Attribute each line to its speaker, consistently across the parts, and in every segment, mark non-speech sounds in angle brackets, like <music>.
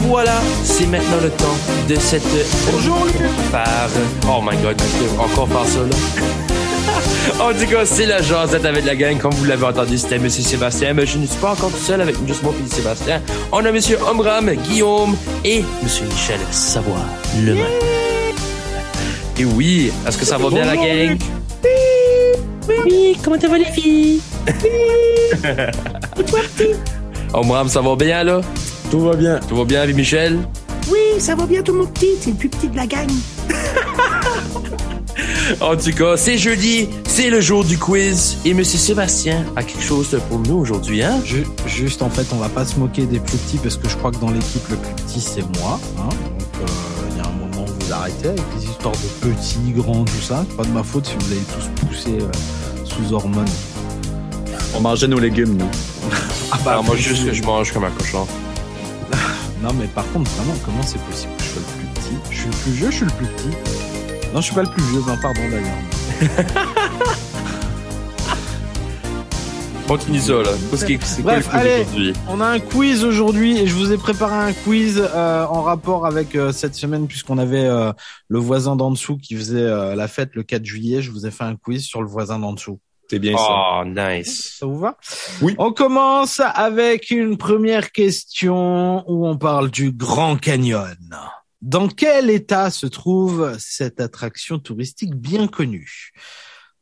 Speaker 1: voilà, c'est maintenant le temps de cette
Speaker 2: Bonjour, Luc.
Speaker 1: par. Oh my god, ok, encore faire ça là. <laughs> En tout cas, c'est le genre d'être avec la gang. Comme vous l'avez entendu, c'était M. Sébastien. Mais je ne suis pas encore tout seul avec juste mon fils Sébastien. On a M. Omram, Guillaume et M. Michel Savoie, le maire. Et oui, est-ce que ça va bien la
Speaker 2: Bonjour,
Speaker 1: gang?
Speaker 2: Luc.
Speaker 1: Oui, comment ça va les filles? Omram, ça va bien là?
Speaker 2: Tout va bien.
Speaker 1: Tout va bien avec Michel?
Speaker 3: Oui, ça va bien tout le monde petit, c'est le plus petit de la gang.
Speaker 1: En tout cas, c'est jeudi, c'est le jour du quiz. Et Monsieur Sébastien a quelque chose pour nous aujourd'hui, hein?
Speaker 4: Ju- juste en fait, on va pas se moquer des plus petits parce que je crois que dans l'équipe le plus petit c'est moi. hein. Donc euh, il y a un moment où vous arrêtez avec les histoires de petits, grands, tout ça. C'est pas de ma faute si vous avez tous poussé euh, sous hormones.
Speaker 2: On mangeait nos légumes, nous.
Speaker 4: Ah
Speaker 1: Alors, bah, moi, juste que je mange comme un cochon.
Speaker 4: Non mais par contre vraiment comment c'est possible que je sois le plus petit Je suis le plus vieux, je suis le plus petit. Non je suis pas le plus vieux, non pardon d'ailleurs.
Speaker 1: Continue ça, là. Qu'est-ce qui- C'est quoi le
Speaker 4: Bref,
Speaker 1: quiz
Speaker 4: allez.
Speaker 1: aujourd'hui?
Speaker 4: On a un quiz aujourd'hui et je vous ai préparé un quiz euh, en rapport avec euh, cette semaine puisqu'on avait euh, le voisin d'en dessous qui faisait euh, la fête le 4 juillet. Je vous ai fait un quiz sur le voisin d'en dessous.
Speaker 2: C'est bien ça.
Speaker 1: Oh, nice.
Speaker 4: Ça vous va
Speaker 2: Oui.
Speaker 4: On commence avec une première question où on parle du Grand Canyon. Dans quel état se trouve cette attraction touristique bien connue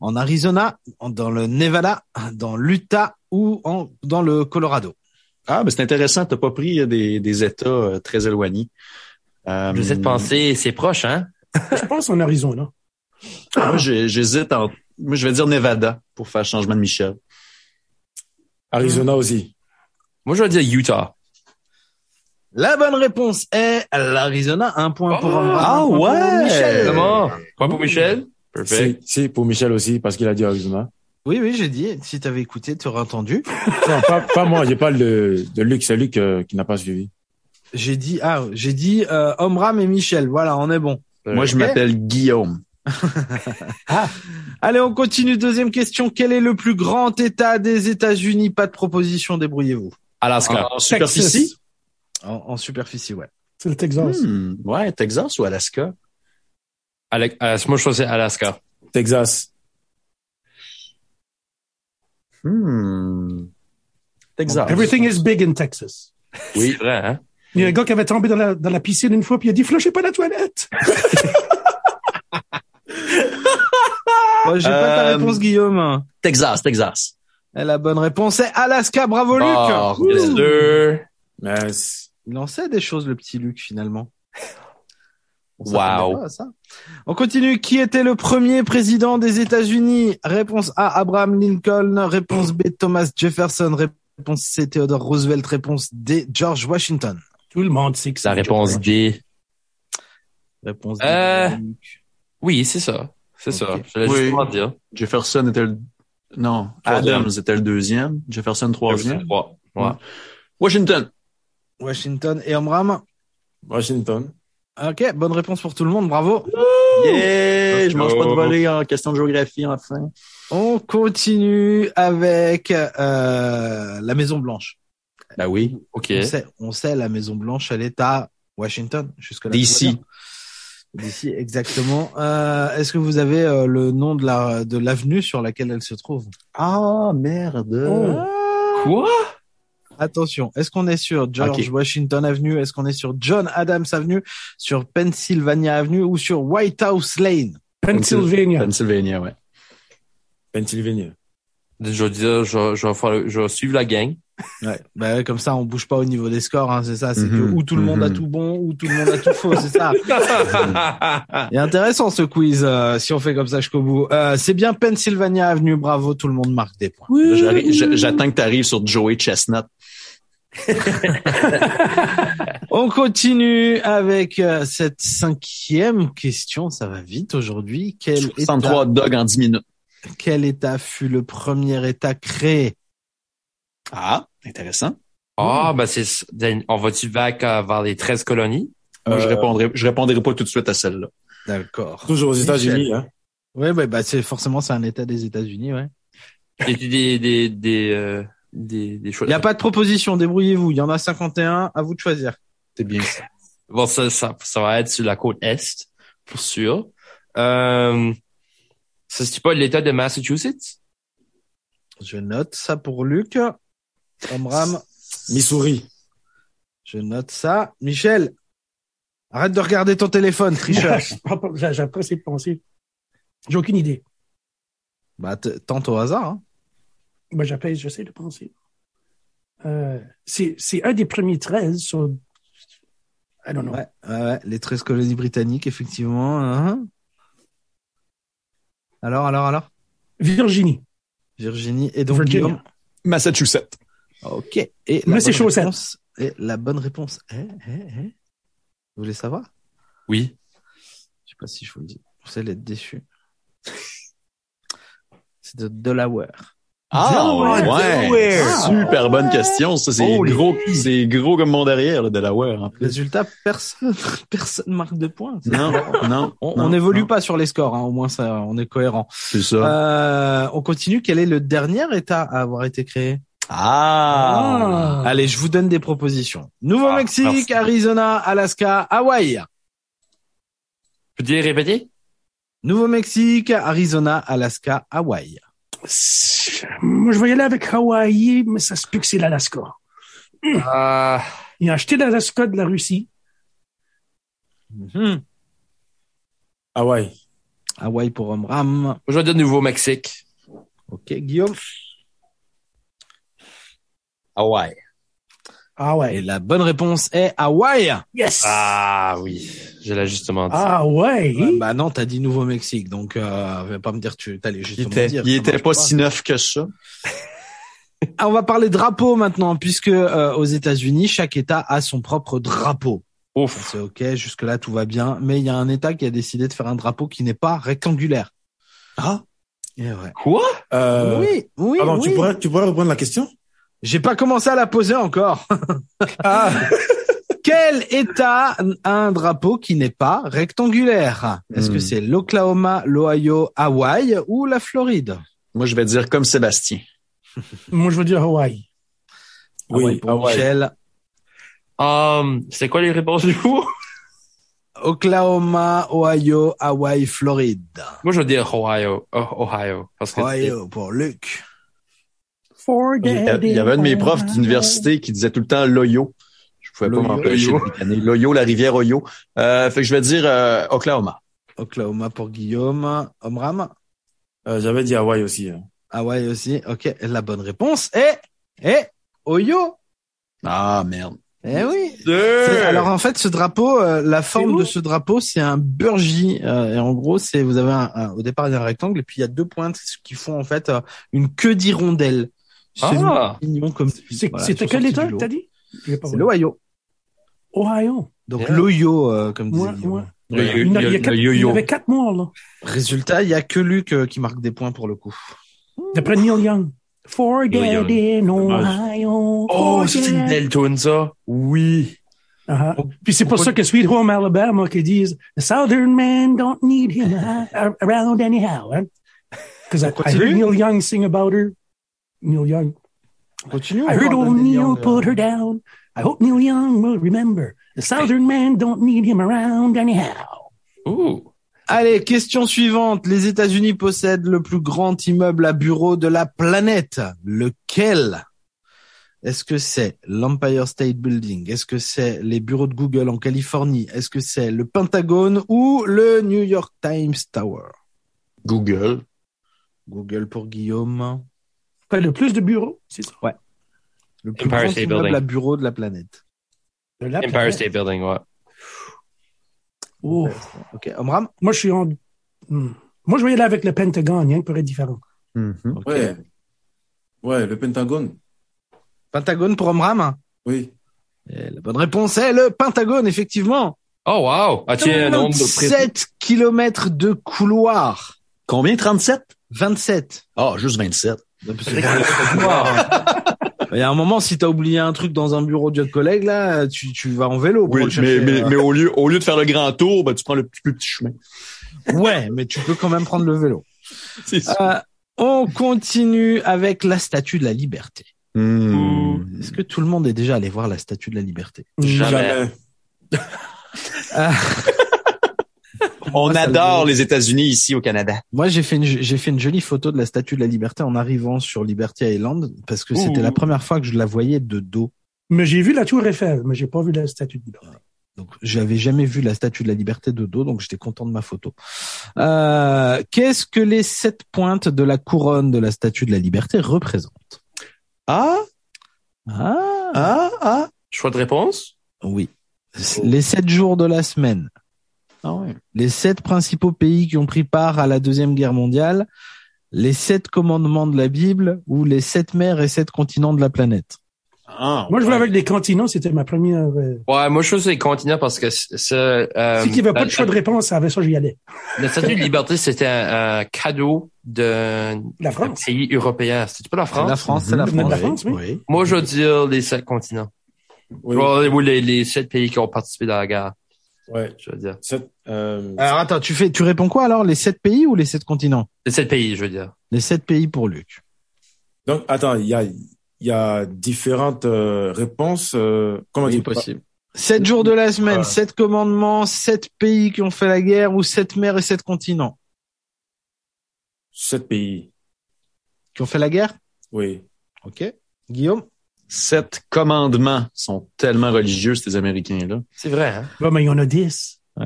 Speaker 4: En Arizona, en- dans le Nevada, dans l'Utah ou en, dans le Colorado
Speaker 2: Ah, mais c'est intéressant. T'as pas pris euh, des, des États euh, très éloignés. Euh,
Speaker 1: Je sais de penser, c'est proche, hein?
Speaker 3: Je pense en Arizona.
Speaker 2: Moi, j'ai- j'hésite en. Moi, je vais dire Nevada pour faire changement de Michel.
Speaker 5: Arizona aussi.
Speaker 1: Moi, je vais dire Utah.
Speaker 4: La bonne réponse est l'Arizona. Un point pour
Speaker 1: Oh,
Speaker 4: Omar, un
Speaker 2: ah
Speaker 4: point pour
Speaker 2: ouais.
Speaker 4: Michel.
Speaker 2: C'est bon.
Speaker 1: Comment? Quoi pour Michel?
Speaker 5: C'est c'est pour Michel aussi, parce qu'il a dit Arizona.
Speaker 4: Oui, oui, j'ai dit. Si t'avais écouté, t'aurais entendu.
Speaker 5: Non, pas, pas moi, je parle de, de Luc, c'est Luc euh, qui n'a pas suivi.
Speaker 4: J'ai dit, ah, j'ai dit euh, Omram et Michel. Voilà, on est bon.
Speaker 2: Moi, je
Speaker 4: Ok.
Speaker 2: m'appelle Guillaume.
Speaker 4: Allez, on continue. Deuxième question. Quel est le plus grand État des États-Unis Pas de proposition, débrouillez-vous.
Speaker 1: Ah,
Speaker 2: Alaska. En Ah, superficie?
Speaker 4: En, en superficie, ouais.
Speaker 5: C'est le Texas.
Speaker 2: Hmm, Ouais, Texas ou Alaska?
Speaker 1: Alec- euh, moi, je choisis Alaska.
Speaker 5: Texas.
Speaker 2: Hmm. Texas.
Speaker 3: Ah
Speaker 5: Everything
Speaker 3: is big in Texas.
Speaker 1: Oui. C'est vrai, hein?
Speaker 3: Il y a un gars qui avait tombé dans la, dans la piscine une fois puis il a dit flushez pas la toilette.
Speaker 4: Ouais, Oh, J'ai pas ta
Speaker 2: Euh,
Speaker 4: réponse, Guillaume.
Speaker 2: Texas, Texas.
Speaker 4: Et la bonne réponse est Alaska. Bravo,
Speaker 2: Ah,
Speaker 4: Luc.
Speaker 2: yes,
Speaker 4: Ouh.
Speaker 1: Deux.
Speaker 5: Mais c'est-
Speaker 4: Il en sait des choses, le petit Luc, finalement. On
Speaker 1: Wow.
Speaker 4: s'attendait pas à ça. On continue. Qui était le premier président des États-Unis Réponse A, Abraham Lincoln. Réponse B, Thomas Jefferson. Réponse C, Theodore Roosevelt. Réponse D, George Washington.
Speaker 3: Tout le monde sait que
Speaker 1: La réponse D.
Speaker 4: Réponse
Speaker 1: Euh,
Speaker 4: D.
Speaker 1: Oui, c'est ça. C'est ça.
Speaker 4: Ok.
Speaker 1: Je l'ai
Speaker 2: Oui.
Speaker 1: justement dire.
Speaker 2: Jefferson était le... Non,
Speaker 1: Troisième.
Speaker 2: Adams était le deuxième. Jefferson, troisième.
Speaker 1: Trois. Ouais.
Speaker 2: Washington.
Speaker 4: Washington et Omram.
Speaker 5: Washington.
Speaker 4: Ok, bonne réponse pour tout le monde, bravo.
Speaker 2: Yeah! Je mange pas de
Speaker 1: Oh.
Speaker 2: volée en question de géographie, enfin.
Speaker 4: On continue avec euh, la Maison Blanche.
Speaker 1: Ah
Speaker 2: Ben oui.
Speaker 1: OK.
Speaker 4: On, sait, on sait, la Maison Blanche, elle est à Washington, jusque-là.
Speaker 2: DC.
Speaker 4: D'ici, exactement. Euh, Est-ce que vous avez euh, le nom de la de l'avenue sur laquelle elle se trouve
Speaker 2: Ah, merde.
Speaker 1: Quoi?
Speaker 4: Attention, est-ce qu'on est sur George
Speaker 2: Ok.
Speaker 4: Washington Avenue Est-ce qu'on est sur John Adams Avenue Sur Pennsylvania Avenue Ou sur White House Lane
Speaker 1: <laughs>
Speaker 3: Pennsylvania.
Speaker 2: Pennsylvania, ouais.
Speaker 5: Pennsylvania.
Speaker 1: Je vais dire, je, je, vais faire- je vais suivre la <laughs> gang.
Speaker 4: Ouais, bah ouais, comme ça on bouge pas au niveau des scores, hein, c'est ça. C'est
Speaker 2: Mhm,
Speaker 4: que ou tout le monde a
Speaker 2: mhm.
Speaker 4: tout bon, ou tout le monde a tout faux, c'est ça. Il est intéressant ce quiz euh, si on fait comme ça jusqu'au bout. Euh, c'est bien Pennsylvania Avenue, bravo, tout le monde marque des points.
Speaker 2: Là, j'arrive- j'a- J'attends que tu arrives sur Joey Chestnut.
Speaker 4: On continue avec euh, cette cinquième question, ça va vite aujourd'hui. Quel,
Speaker 2: 63
Speaker 4: état,
Speaker 2: hot dogs en 10 minutes.
Speaker 4: quel état fut le premier état créé
Speaker 2: Ah, intéressant.
Speaker 1: Ah, ben c'est, on va-tu back euh, vers les 13 colonies?
Speaker 2: Moi, je
Speaker 5: Euh,
Speaker 2: répondrai, je répondrai pas tout de suite à celle-là.
Speaker 4: D'accord.
Speaker 5: Toujours aux États-Unis, hein.
Speaker 4: Ouais, ouais, bah c'est forcément c'est un état des États-Unis, ouais.
Speaker 1: Y a-tu des, des, des, euh, des, des choix?
Speaker 4: Il n'y a pas de proposition, débrouillez-vous. Il y en a 51, à vous de choisir.
Speaker 2: C'est bien ça.
Speaker 1: Bon, ça, ça, ça va être sur la côte Est, pour sûr. Euh, ça se dit pas l'État de Massachusetts?
Speaker 4: Je note ça pour Luc. Omram,
Speaker 5: Missouri.
Speaker 4: je note ça. Michel, arrête de regarder ton téléphone,
Speaker 3: <laughs>
Speaker 4: tricheur.
Speaker 3: J'ai j'ai pas essayé de penser. J'ai aucune idée.
Speaker 4: bah, t- tente au hasard. hein.
Speaker 3: Ben, j'appelle, j'essaie de penser. Euh, c'est c'est un des premiers 13 sur. I don't know.
Speaker 4: Ouais, ouais, ouais, les 13 colonies britanniques, effectivement. hein. Alors, alors, alors
Speaker 3: Virginie.
Speaker 4: Virginie et donc
Speaker 3: Virginia.
Speaker 4: Guillaume.
Speaker 2: Massachusetts.
Speaker 4: Ok. Et la,
Speaker 3: Mais c'est
Speaker 4: bonne
Speaker 3: chaussettes.
Speaker 4: réponse, et la bonne réponse est, est- est- Vous voulez savoir
Speaker 1: Oui.
Speaker 4: Je sais pas si je vous le dis. Vous allez être déçus. <laughs> C'est de Delaware.
Speaker 2: Ah, ouais. Ah.
Speaker 5: Delaware.
Speaker 2: Super bonne question. Ça, c'est
Speaker 4: Holy.
Speaker 2: gros, c'est gros comme mon derrière, le Delaware. hein. en plus.
Speaker 4: Résultat, personne <laughs> personne marque de points.
Speaker 2: Non, non.
Speaker 4: On
Speaker 2: non,
Speaker 4: on n'évolue
Speaker 2: non.
Speaker 4: pas sur les scores, hein, au moins ça, on est cohérent.
Speaker 2: C'est ça.
Speaker 4: Euh, on continue. Quel est le dernier État à avoir été créé
Speaker 2: Ah.
Speaker 4: Allez, je vous donne des propositions. Nouveau-Mexique,
Speaker 1: Ah, merci.
Speaker 4: Arizona, Alaska, Hawaï.
Speaker 1: Peux-tu les <coughs> répéter?
Speaker 4: Nouveau-Mexique, Arizona, Alaska, Hawaï.
Speaker 3: Moi, je vais y aller avec Hawaï, mais ça se peut que c'est l'Alaska.
Speaker 1: Ah,
Speaker 3: Ils ont acheté l'Alaska de la Russie.
Speaker 4: Mhm.
Speaker 5: Ah ouais.
Speaker 4: Hawaï pour Omram.
Speaker 1: je vais dire Nouveau-Mexique.
Speaker 4: Ok, Guillaume.
Speaker 1: Ah ouais.
Speaker 3: Ah
Speaker 4: Et
Speaker 3: ouais.
Speaker 4: la bonne réponse est Hawaï.
Speaker 3: Yes!
Speaker 1: Ah oui. Je l'ai justement dit.
Speaker 3: Ah ouais.
Speaker 4: Ouais, bah non, t'as dit Nouveau-Mexique, donc euh, viens pas me dire que tu t'allais
Speaker 2: Il
Speaker 4: justement
Speaker 2: était,
Speaker 4: dire.
Speaker 2: il
Speaker 4: ça
Speaker 2: était
Speaker 4: marche
Speaker 2: pas si neuf que ça.
Speaker 4: Ah, on va parler drapeau maintenant, puisque euh, aux États-Unis, chaque État a son propre drapeau.
Speaker 1: Ouf.
Speaker 4: C'est ok, jusque là tout va bien, mais il y a un État qui a décidé de faire un drapeau qui n'est pas rectangulaire.
Speaker 5: Ah.
Speaker 4: Et ouais.
Speaker 1: Quoi?
Speaker 5: Euh,
Speaker 4: oui, oui,
Speaker 5: Pardon,
Speaker 4: oui.
Speaker 5: tu pourrais, tu pourrais reprendre la question?
Speaker 4: J'ai pas commencé à la poser encore.
Speaker 5: <laughs>
Speaker 4: Ah. Quel État a un drapeau qui n'est pas rectangulaire Est-ce que
Speaker 2: Hmm.
Speaker 4: c'est l'Oklahoma, l'Ohio, Hawaï ou la Floride
Speaker 2: Moi, je vais dire comme Sébastien.
Speaker 3: Moi, je veux dire Hawaï.
Speaker 5: Oui,
Speaker 4: Hawaï pour
Speaker 5: Hawaï.
Speaker 4: Michel.
Speaker 1: Um, c'est quoi les réponses du coup?
Speaker 4: Oklahoma, Ohio, Hawaï, Floride.
Speaker 1: Moi, je vais dire Ohio. Oh, Ohio. Parce que
Speaker 4: Ohio pour Luc.
Speaker 2: Il y a- il y avait un de mes profs d'université qui disait tout le temps Loyo. Je pouvais pas
Speaker 4: Loyo.
Speaker 2: m'empêcher de ricaner. Loyo, la rivière Oyo. Euh, fait que je vais dire euh, Oklahoma.
Speaker 4: Oklahoma pour Guillaume. Omram.
Speaker 5: Euh, J'avais dit Hawaï aussi. hein.
Speaker 4: Hawaï aussi. Ok, la bonne réponse est... Eh Ohio
Speaker 2: Ah, merde.
Speaker 4: Eh oui C'est-
Speaker 1: Deux.
Speaker 4: Alors en fait, ce drapeau, euh, la forme
Speaker 3: où
Speaker 4: de ce drapeau, c'est un burgi. Euh, et en gros, c'est vous avez un, un- au départ il y a un rectangle et puis il y a deux pointes ce qui font en fait euh, une queue d'hirondelle. C'est
Speaker 1: Ah.
Speaker 4: mignon comme.
Speaker 3: C'est-
Speaker 4: voilà,
Speaker 3: C'était
Speaker 4: ils sont
Speaker 3: quel
Speaker 4: sortis
Speaker 3: État
Speaker 4: du
Speaker 3: que
Speaker 4: lot.
Speaker 3: t'as dit? J'ai pas
Speaker 4: C'est
Speaker 3: vu.
Speaker 4: l'Ohio.
Speaker 3: Ohio.
Speaker 4: Donc
Speaker 1: Yeah.
Speaker 4: l'Ohio, euh, comme disait
Speaker 3: Ouais,
Speaker 4: Guillaume.
Speaker 3: ouais.
Speaker 1: Le yo-
Speaker 3: Il y en a- il y a
Speaker 1: le
Speaker 3: quatre- il y
Speaker 1: yo-yo.
Speaker 3: avait quatre morts, là.
Speaker 4: Résultat, il y a que Luc euh, qui marque des points pour le coup.
Speaker 3: D'après Neil Young. Forget in Ohio.
Speaker 1: Oh, ça, c'est une
Speaker 3: forget-
Speaker 1: belle tune, ça. Oui.
Speaker 3: Ah, ah. Puis c'est pour ça que Sweet Home Alabama qui disent The Southern man don't need
Speaker 1: <laughs>
Speaker 3: him a- around anyhow. hein. 'Cause I, I heard
Speaker 4: continue?
Speaker 3: Neil Young sing about her. Neil Young.
Speaker 4: On Continue.
Speaker 3: I
Speaker 4: on
Speaker 3: heard
Speaker 4: parle de
Speaker 3: old
Speaker 4: Neil
Speaker 3: Neil
Speaker 4: Young,
Speaker 3: put
Speaker 4: euh,
Speaker 3: her down. I hope Neil Young will remember the Southern man don't need him around anyhow.
Speaker 1: Ouh.
Speaker 4: Allez, question suivante. Les États-Unis possèdent le plus grand immeuble à bureaux de la planète. Lequel Est-ce que c'est l'Empire State Building Est-ce que c'est les bureaux de Google en Californie Est-ce que c'est le Pentagone ou le New York Times Tower
Speaker 2: Google.
Speaker 4: Google pour Guillaume.
Speaker 3: Pas le plus de bureaux, c'est ça.
Speaker 4: Le plus
Speaker 1: Empire
Speaker 4: grand
Speaker 1: State
Speaker 4: immeuble
Speaker 1: Building.
Speaker 4: à bureaux de la planète.
Speaker 3: De la
Speaker 1: Empire
Speaker 3: planète.
Speaker 1: State Building, ouais.
Speaker 3: Oh.
Speaker 4: Ok, Omram.
Speaker 3: Moi, je suis en. Hmm. Moi, je vais y aller avec le Pentagone, rien que pour être différent.
Speaker 2: Mhm.
Speaker 4: Ok.
Speaker 5: Ouais. Ouais, le Pentagone.
Speaker 4: Pentagone pour Omram.
Speaker 5: Oui.
Speaker 4: Et la bonne réponse est le Pentagone, effectivement.
Speaker 1: Oh, wow. As-tu un nombre de pré-
Speaker 4: 7 kilomètres de couloirs.
Speaker 2: Combien? 37?
Speaker 4: 27.
Speaker 2: Ah, juste 27.
Speaker 1: Ah.
Speaker 4: Il y a un moment, si t'as oublié un truc dans un bureau de collègue, là, tu, tu vas en vélo. pour
Speaker 2: Oui,
Speaker 4: le chercher,
Speaker 2: mais, mais,
Speaker 4: euh.
Speaker 2: mais au, lieu, au lieu de faire le grand tour, ben, tu prends le petit, plus petit chemin.
Speaker 4: ouais, mais tu peux quand même prendre le vélo.
Speaker 2: <laughs> C'est ça.
Speaker 4: Euh, on continue avec la Statue de la Liberté.
Speaker 2: Hmm.
Speaker 3: Hmm.
Speaker 4: Est-ce que tout le monde est déjà allé voir la Statue de la Liberté
Speaker 1: Jamais.
Speaker 4: Ah,
Speaker 2: On
Speaker 4: ça
Speaker 2: adore
Speaker 4: me-
Speaker 2: les États-Unis ici au Canada.
Speaker 4: moi, j'ai fait une j'ai fait une jolie photo de la Statue de la Liberté en arrivant sur Liberty Island parce que c'était
Speaker 2: Ouh.
Speaker 4: la première fois que je la voyais de dos.
Speaker 3: Mais j'ai vu la Tour Eiffel, mais j'ai pas vu la Statue de Liberté.
Speaker 4: Donc, j'avais jamais vu la Statue de la Liberté de dos, donc j'étais content de ma photo. Euh, Qu'est-ce que les sept pointes de la couronne de la Statue de la Liberté représentent
Speaker 2: Ah,
Speaker 4: Ah,
Speaker 2: ah, ah.
Speaker 1: Choix de réponse?
Speaker 4: oui. Les sept jours de la semaine.
Speaker 2: Ah
Speaker 4: Les sept principaux pays qui ont pris part à la Deuxième Guerre mondiale. Les sept commandements de la Bible ou les sept mers et sept continents de la planète.
Speaker 2: Ah,
Speaker 3: Moi, je
Speaker 2: ouais.
Speaker 3: voulais avec les continents, c'était ma première. euh,
Speaker 1: Ouais, moi, je trouve que c'est les continents parce que c'est, c'est, euh,
Speaker 3: si qu'il n'y avait pas
Speaker 1: la-
Speaker 3: de choix de réponse, avec ça, j'y allais.
Speaker 1: La la statue de liberté, c'était un, un cadeau de, d'un
Speaker 3: La France.
Speaker 1: pays européen. C'était pas la France?
Speaker 4: La France, c'est la
Speaker 3: Vous venez de
Speaker 4: France.
Speaker 3: la France, oui.
Speaker 1: Moi, je veux dire les sept continents.
Speaker 5: Oui,
Speaker 1: Ou ou les, les sept pays qui ont participé dans la guerre,
Speaker 5: ouais.
Speaker 1: je veux dire.
Speaker 5: Sept, euh,
Speaker 4: Alors attends, tu fais, tu réponds quoi alors Les sept pays ou les sept continents
Speaker 1: Les sept pays, je veux dire.
Speaker 4: Les sept pays pour Luc.
Speaker 5: donc, attends, il y a, il y a différentes euh, réponses. euh, comment dire
Speaker 4: Sept jours de la semaine,
Speaker 5: Euh.
Speaker 4: sept commandements, sept pays qui ont fait la guerre ou sept mers et sept continents
Speaker 5: Sept pays.
Speaker 4: qui ont fait la guerre
Speaker 5: Oui.
Speaker 4: Ok. Guillaume
Speaker 2: Sept commandements sont tellement religieux, ces Américains-là.
Speaker 1: C'est vrai, hein?
Speaker 3: Ouais, mais il y en a dix. <laughs>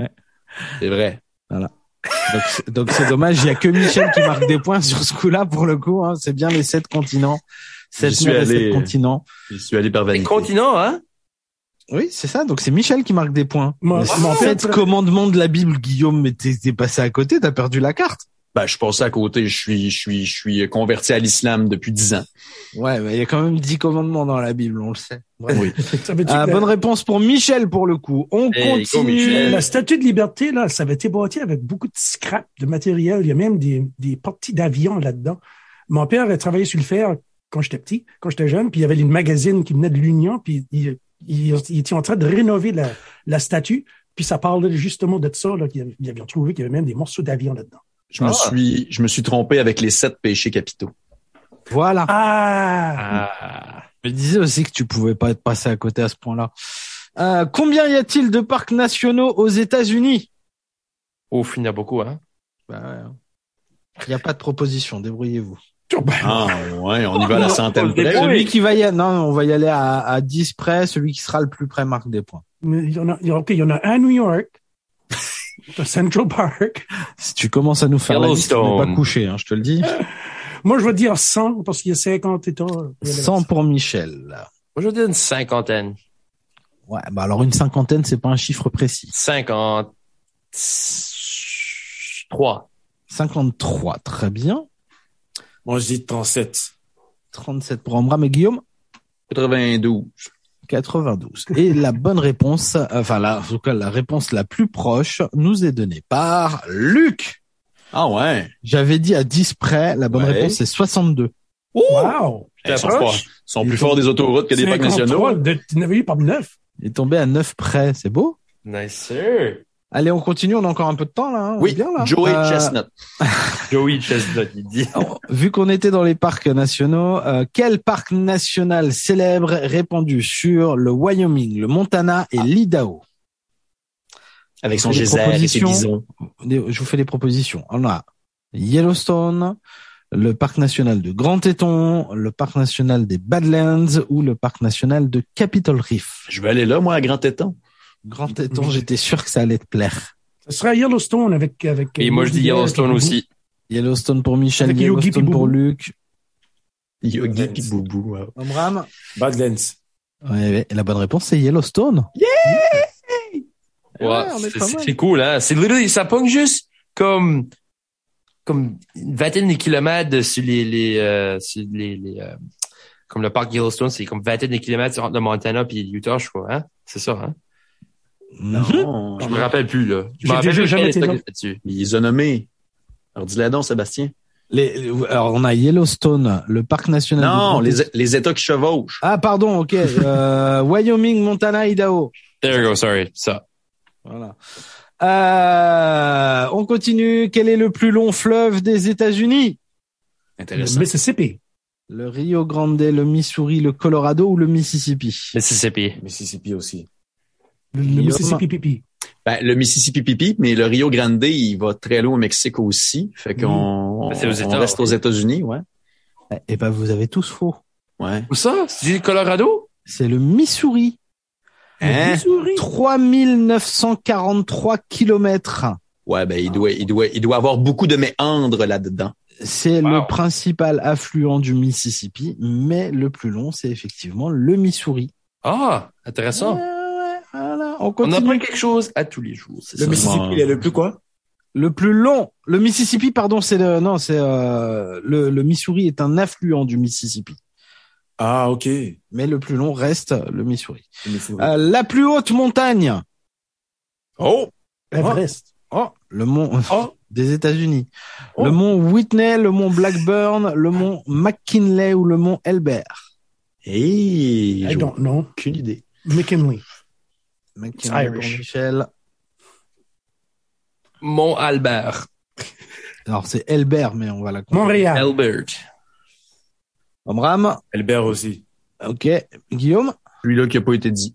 Speaker 2: C'est vrai.
Speaker 4: Donc, c'est- Donc c'est dommage, il y a que Michel qui marque des points sur ce coup-là pour le coup. hein. C'est bien les sept continents, sept
Speaker 2: suis
Speaker 4: mers et
Speaker 2: allé,
Speaker 4: sept
Speaker 2: euh.
Speaker 4: continents.
Speaker 2: Je suis allé par
Speaker 1: Les
Speaker 2: vanité.
Speaker 1: continents, hein?
Speaker 4: Oui, c'est ça. Donc c'est Michel qui marque des points.
Speaker 3: Mon-
Speaker 4: Mais
Speaker 3: mon
Speaker 4: sept
Speaker 3: père-
Speaker 4: commandements de la Bible, Guillaume, mais t'es t'es passé à côté, t'as perdu la carte.
Speaker 2: Ben, je suis passé à côté. Je suis, je suis, je suis converti à l'islam depuis dix ans.
Speaker 4: Ouais, mais il y a quand même dix commandements dans la Bible, on le sait. Bref.
Speaker 3: Ça veut dire
Speaker 4: Ah,
Speaker 3: que la-
Speaker 4: bonne réponse pour Michel pour le coup. On
Speaker 2: Hey, Eh, go,
Speaker 4: continue.
Speaker 2: Michel.
Speaker 3: La statue de liberté, là, ça avait été bâtie avec beaucoup de scrap, de matériel. Il y a même des, des parties d'avions là-dedans. Mon père avait travaillé sur le fer quand j'étais petit, quand j'étais jeune, puis il y avait une magazine qui venait de l'Union, puis ils ils- ils étaient en train de rénover la, la statue, puis ça parlait justement de ça, là, qu'ils ils avaient trouvé qu'il y avait même des morceaux d'avion là-dedans.
Speaker 2: Je me suis, je me suis trompé avec les sept péchés capitaux.
Speaker 4: Voilà.
Speaker 3: Ah!
Speaker 4: Je disais aussi que tu pouvais pas être passé à côté à ce point-là. Euh, combien y a-t-il de parcs nationaux aux États-Unis
Speaker 1: Au il y en a beaucoup, hein?
Speaker 4: Il n'y a pas de proposition, débrouillez-vous.
Speaker 2: Ah, ouais, on y va à la centaine près.
Speaker 1: Oui.
Speaker 4: Celui qui va y aller, non, on va y aller à, à 10 près, celui qui sera le plus près marque des points.
Speaker 3: Mais Il y, en a, il y en a- OK, il y en a un à New York, <laughs> à Central Park.
Speaker 4: Si tu commences à nous faire la liste, on n'est
Speaker 1: Yellowstone.
Speaker 4: pas couché, hein, je te le dis.
Speaker 3: Moi, je vais dire 100, parce qu'il y a 50 États.
Speaker 4: 100 pour Michel.
Speaker 1: Moi, je veux dire une cinquantaine.
Speaker 4: Ouais, bah alors une cinquantaine, c'est pas un chiffre précis.
Speaker 1: Cinquante. Trois.
Speaker 4: 53, très bien.
Speaker 5: Moi, je dis 37.
Speaker 4: 37 pour Ambra, mais Guillaume
Speaker 2: 92.
Speaker 4: 92. Et la bonne réponse, enfin la, en tout cas la réponse la plus proche, nous est donnée par Luc.
Speaker 2: Ah, ouais.
Speaker 4: J'avais dit à 10 près, la bonne
Speaker 2: Ouais.
Speaker 4: réponse c'est 62.
Speaker 3: Wow!
Speaker 2: Ils sont,
Speaker 1: T'approches?
Speaker 2: forts. Ils sont plus forts des autoroutes que des parcs nationaux.
Speaker 3: 53 de- Tu n'avais eu parmi neuf.
Speaker 4: Il est tombé à 9 près, c'est beau.
Speaker 1: Nice, sir.
Speaker 4: Allez, on continue, on a encore un peu de temps là. hein, on est
Speaker 2: Oui,
Speaker 4: bien, là.
Speaker 2: Joey
Speaker 4: Euh,
Speaker 2: Chestnut.
Speaker 1: Joey Chestnut, il dit.
Speaker 4: alors, vu qu'on était dans les parcs nationaux, euh, quel parc national célèbre répandu sur le Wyoming, le Montana et l'Idaho
Speaker 2: Avec son
Speaker 4: les
Speaker 2: geyser et ses
Speaker 4: propositions.
Speaker 2: bisons.
Speaker 4: je vous fais les propositions. On a Yellowstone, le parc national de Grand Teton, le parc national des Badlands ou le parc national de Capitol Reef.
Speaker 2: Je vais aller là, moi, à Grand Téton.
Speaker 4: Grand Teton, j'étais sûr que ça allait te plaire.
Speaker 3: Ce serait Yellowstone avec. avec euh,
Speaker 1: Et moi, je dis
Speaker 3: Yogi
Speaker 1: Yellowstone
Speaker 3: Berra.
Speaker 1: aussi.
Speaker 4: Yellowstone pour Michel,
Speaker 3: Avec Yogi
Speaker 4: Yellowstone
Speaker 3: Piboubou.
Speaker 4: pour Luc.
Speaker 2: Yogi pis Boubou. wow.
Speaker 4: Omram.
Speaker 5: Badlands.
Speaker 4: Ouais, ouais, et la bonne réponse, c'est Yellowstone.
Speaker 1: Ouais,
Speaker 4: Ouais, Ah, on est
Speaker 1: c'est-
Speaker 4: pas
Speaker 1: c'est
Speaker 4: mal.
Speaker 1: c'est cool, hein. C'est literally- ça pogne juste comme, comme une vingtaine de kilomètres de- sur les, les, euh, sur les, les, euh, comme le parc Yellowstone, c'est comme vingtaine de kilomètres entre le Montana puis l'Utah, je crois, hein. C'est ça, hein.
Speaker 4: Mhm.
Speaker 2: Non.
Speaker 1: Je me rappelle plus, là. Je
Speaker 3: J'ai
Speaker 1: me rappelle
Speaker 3: déjà
Speaker 1: plus
Speaker 3: jamais
Speaker 1: quel
Speaker 3: été
Speaker 1: état
Speaker 3: là.
Speaker 1: que là-dessus.
Speaker 2: Il les a nommés. Alors, dis-la donc, Sébastien.
Speaker 4: Les- les- alors, on a Yellowstone, le parc national. de
Speaker 2: Non,
Speaker 4: Grand
Speaker 2: les,
Speaker 4: Teton.
Speaker 2: les États qui chevauchent.
Speaker 4: Ah, pardon, ok. Euh, <laughs> Wyoming, Montana, Idaho.
Speaker 1: There you go, sorry. Ça.
Speaker 4: Voilà. Euh, on continue. Quel est le plus long fleuve des États-Unis
Speaker 3: Le
Speaker 2: Intéressant.
Speaker 3: Mississippi.
Speaker 4: Le Rio Grande, le Missouri, le Colorado ou le Mississippi
Speaker 1: Mississippi.
Speaker 5: Mississippi aussi.
Speaker 3: Le, le Mississippi Pipi.
Speaker 2: Ben, le Mississippi Pipi, mais le Rio Grande, il va très loin au Mexique aussi. Fait qu'on
Speaker 1: Ben, c'est aux
Speaker 2: on
Speaker 1: États,
Speaker 2: reste aux États-Unis, ouais.
Speaker 4: Eh ben, vous avez tous faux.
Speaker 2: Ouais.
Speaker 1: Où ça? C'est du Colorado?
Speaker 4: C'est le Missouri.
Speaker 2: Hein?
Speaker 4: 3943 kilomètres.
Speaker 2: Ouais, ben il doit, il doit, il doit avoir beaucoup de méandres là-dedans.
Speaker 4: C'est
Speaker 1: Wow.
Speaker 4: le principal affluent du Mississippi, mais le plus long, c'est effectivement le Missouri.
Speaker 1: Ah, intéressant.
Speaker 4: Ouais, ouais, voilà, on
Speaker 1: On
Speaker 4: continue.
Speaker 1: apprend quelque chose à tous les jours. c'est
Speaker 5: Le
Speaker 1: ça.
Speaker 5: Mississippi, il est le plus quoi
Speaker 4: Le plus long, le Mississippi, pardon, c'est le, non, c'est euh, le, le Missouri est un affluent du Mississippi,
Speaker 5: Ah, ok.
Speaker 4: mais le plus long reste le Missouri.
Speaker 5: Le Missouri.
Speaker 4: Euh, la plus haute montagne.
Speaker 5: Oh,
Speaker 3: Everest.
Speaker 4: Oh, le mont
Speaker 5: Oh.
Speaker 4: <laughs> des États-Unis.
Speaker 5: Oh.
Speaker 4: Le mont Whitney, le mont Blackburn, le mont McKinley ou le mont Elbert.
Speaker 2: Et
Speaker 3: I don't know.
Speaker 2: aucune idée.
Speaker 3: McKinley.
Speaker 4: McKinley pour
Speaker 3: Irish.
Speaker 4: Michel.
Speaker 1: Mont Albert.
Speaker 4: Alors c'est Elbert, mais on va la comprendre.
Speaker 2: Ah.
Speaker 3: Montréal.
Speaker 1: Albert. <laughs>
Speaker 4: Omram.
Speaker 5: Albert aussi.
Speaker 4: Ok. Guillaume.
Speaker 2: Celui-là qui a pas été dit.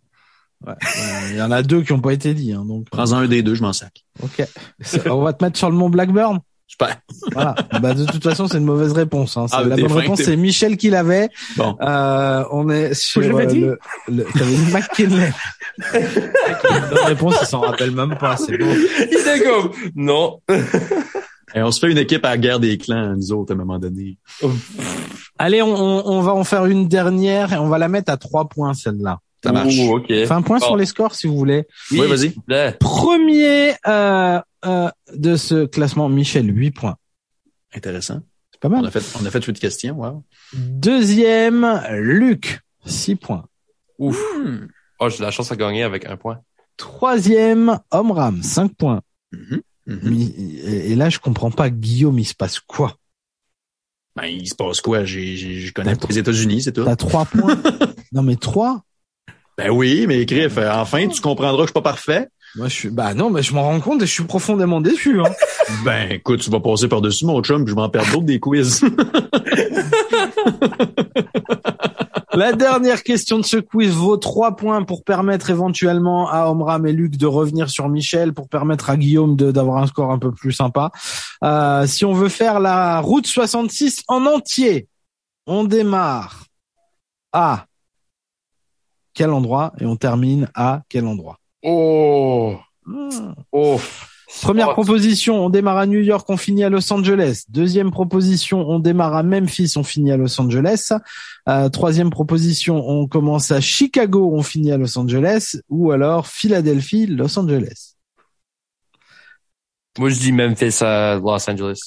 Speaker 4: Ouais. Euh, Il y en a deux qui n'ont pas été dits. hein, donc.
Speaker 2: Prends-en un des deux, je m'en sac.
Speaker 4: Ok. <laughs> on va te mettre sur le mont Blackburn.
Speaker 2: Super.
Speaker 4: Voilà. Bah, de toute façon, c'est une mauvaise réponse. Hein. C'est-
Speaker 2: Ah,
Speaker 4: la
Speaker 2: t'es
Speaker 4: bonne
Speaker 2: fin,
Speaker 4: réponse,
Speaker 2: t'es-
Speaker 4: c'est Michel qui l'avait.
Speaker 2: Bon.
Speaker 4: Euh, on est sur
Speaker 3: Je l'avais
Speaker 4: euh,
Speaker 3: dit.
Speaker 4: le, le- t'avais dit McKinley. La <laughs> bonne réponse, il s'en rappelle même pas. C'est beau.
Speaker 1: Il était comme, non.
Speaker 2: Et on se fait une équipe à la guerre des clans, nous autres, à un moment donné.
Speaker 4: Allez, on, on- on va en faire une dernière et on va la mettre à trois points celle-là.
Speaker 2: Ça marche.
Speaker 1: Ouh, ok.
Speaker 4: Enfin, un point
Speaker 1: Bon.
Speaker 4: sur les scores si vous voulez.
Speaker 2: Oui, vas-y.
Speaker 1: Là,
Speaker 4: Premier euh, euh, de ce classement, Michel, 8 points.
Speaker 2: Intéressant.
Speaker 4: C'est pas
Speaker 2: On
Speaker 4: mal.
Speaker 2: a fait, on a fait huit questions, wow.
Speaker 4: Deuxième, Luc, 6 points.
Speaker 1: Ouf.
Speaker 4: Hmm.
Speaker 1: Oh, j'ai de la chance à gagner avec un point.
Speaker 4: Troisième, Omram, 5 points.
Speaker 2: Mhm, mhm.
Speaker 4: Mi- Et et là, je comprends pas, Guillaume, il se passe quoi
Speaker 2: Ben, il se passe quoi? J'ai, j'ai- je connais pas les États-Unis, c'est tout.
Speaker 4: T'as 3 <laughs> points Non mais 3
Speaker 2: Ben oui, mais Griff, euh, enfin, tu comprendras que je suis pas parfait.
Speaker 4: Moi, je suis... Bah non, mais je m'en rends compte et je suis profondément déçu. Hein.
Speaker 2: Ben, écoute, tu vas passer par-dessus mon chum, puis je vais en perdre d'autres des quiz.
Speaker 4: <laughs> La dernière question de ce quiz vaut trois points pour permettre éventuellement à Omram et Luc de revenir sur Michel, pour permettre à Guillaume de- d'avoir un score un peu plus sympa. Euh, si on veut faire la route 66 en entier, on démarre à quel endroit et on termine à quel endroit
Speaker 1: Oh,
Speaker 4: Hmm.
Speaker 1: oh.
Speaker 4: Première
Speaker 1: Oh.
Speaker 4: proposition, on démarre à New York, on finit à Los Angeles. Deuxième proposition, on démarre à Memphis, on finit à Los Angeles. Euh, troisième proposition, on commence à Chicago, on finit à Los Angeles. Ou alors Philadelphie, Los Angeles.
Speaker 1: Moi, je dis Memphis à Los Angeles.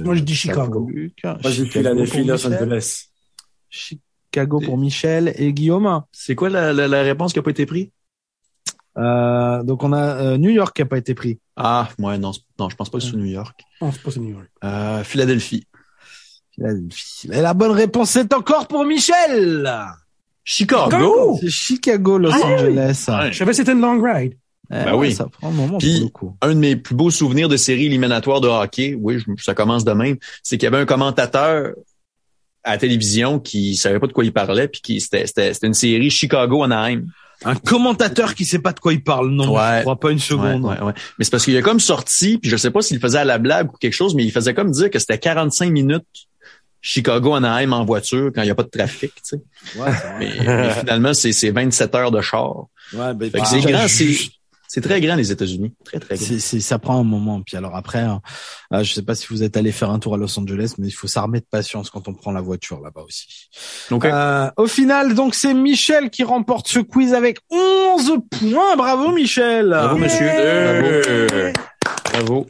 Speaker 3: Moi, je dis
Speaker 4: Chicago
Speaker 3: Chicago.
Speaker 4: pour Luc,
Speaker 5: Moi, j'ai fait la
Speaker 4: Chicago
Speaker 5: défi
Speaker 4: pour
Speaker 5: Los
Speaker 4: Michel.
Speaker 5: Angeles.
Speaker 4: Chicago pour Michel et Guillaume.
Speaker 2: c'est quoi la, la- la réponse qui a pas été prise?
Speaker 4: Euh, donc on a euh, New York qui a pas été pris.
Speaker 2: Ah, ouais, non, c'est- non, je pense pas que c'est New York.
Speaker 3: On se pose à New York.
Speaker 2: Euh, Philadelphie.
Speaker 4: Philadelphie. Et la bonne réponse, c'est encore pour Michel.
Speaker 2: Chicago!
Speaker 4: C'est Chicago, Los
Speaker 3: Ah oui.
Speaker 4: Angeles.
Speaker 2: Ouais.
Speaker 3: Je savais que c'était une long ride.
Speaker 4: Eh
Speaker 2: Bah
Speaker 4: ouais,
Speaker 2: oui.
Speaker 4: Ça prend un moment
Speaker 2: Puis-
Speaker 4: pour le coup.
Speaker 2: un de mes plus beaux souvenirs de séries éliminatoires de hockey, oui, je- ça commence de même, c'est qu'il y avait un commentateur à la télévision qui savait pas de quoi il parlait, puis qui c'était c'était c'était une série Chicago Anaheim.
Speaker 4: Un commentateur qui sait pas de quoi il parle, non,
Speaker 2: Ouais.
Speaker 4: je crois pas une
Speaker 2: Ouais,
Speaker 4: seconde.
Speaker 2: ouais, ouais. Mais c'est parce qu'il a comme sorti, puis je sais pas s'il le faisait à la blague ou quelque chose, mais il faisait comme dire que c'était 45 minutes Chicago Anaheim en voiture quand il y a pas de trafic, tu sais.
Speaker 4: Ouais, c'est vrai.
Speaker 2: <laughs> Mais, mais finalement c'est c'est 27 heures de char.
Speaker 4: Ouais, bah,
Speaker 2: Fait que
Speaker 4: bah,
Speaker 2: Ah, c'est
Speaker 4: déjà,
Speaker 2: grand, c'est
Speaker 4: juste-
Speaker 2: c'est très grand les États-Unis, très très grand.
Speaker 4: c'est- c'est- ça prend un moment. Puis alors après, hein, euh, je sais pas si vous êtes allé faire un tour à Los Angeles, mais il faut s'armer de patience quand on prend la voiture là-bas aussi.
Speaker 2: Donc
Speaker 4: Euh, au final, donc c'est Michel qui remporte ce quiz avec 11 points. Bravo Michel.
Speaker 2: bravo monsieur. Bravo. Bravo.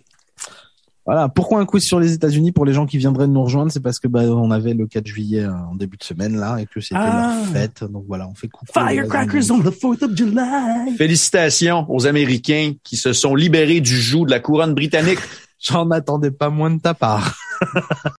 Speaker 4: Voilà, pourquoi un quiz sur les États-Unis pour les gens qui viendraient de nous rejoindre, c'est parce que bah, on avait le 4 juillet euh, en début de semaine là et que c'était
Speaker 3: Ah.
Speaker 4: leur fête. Donc voilà, on fait coucou. aux
Speaker 3: Firecrackers on the 4th of July.
Speaker 2: Félicitations aux Américains qui se sont libérés du joug de la couronne britannique.
Speaker 4: J'en attendais pas moins de ta part.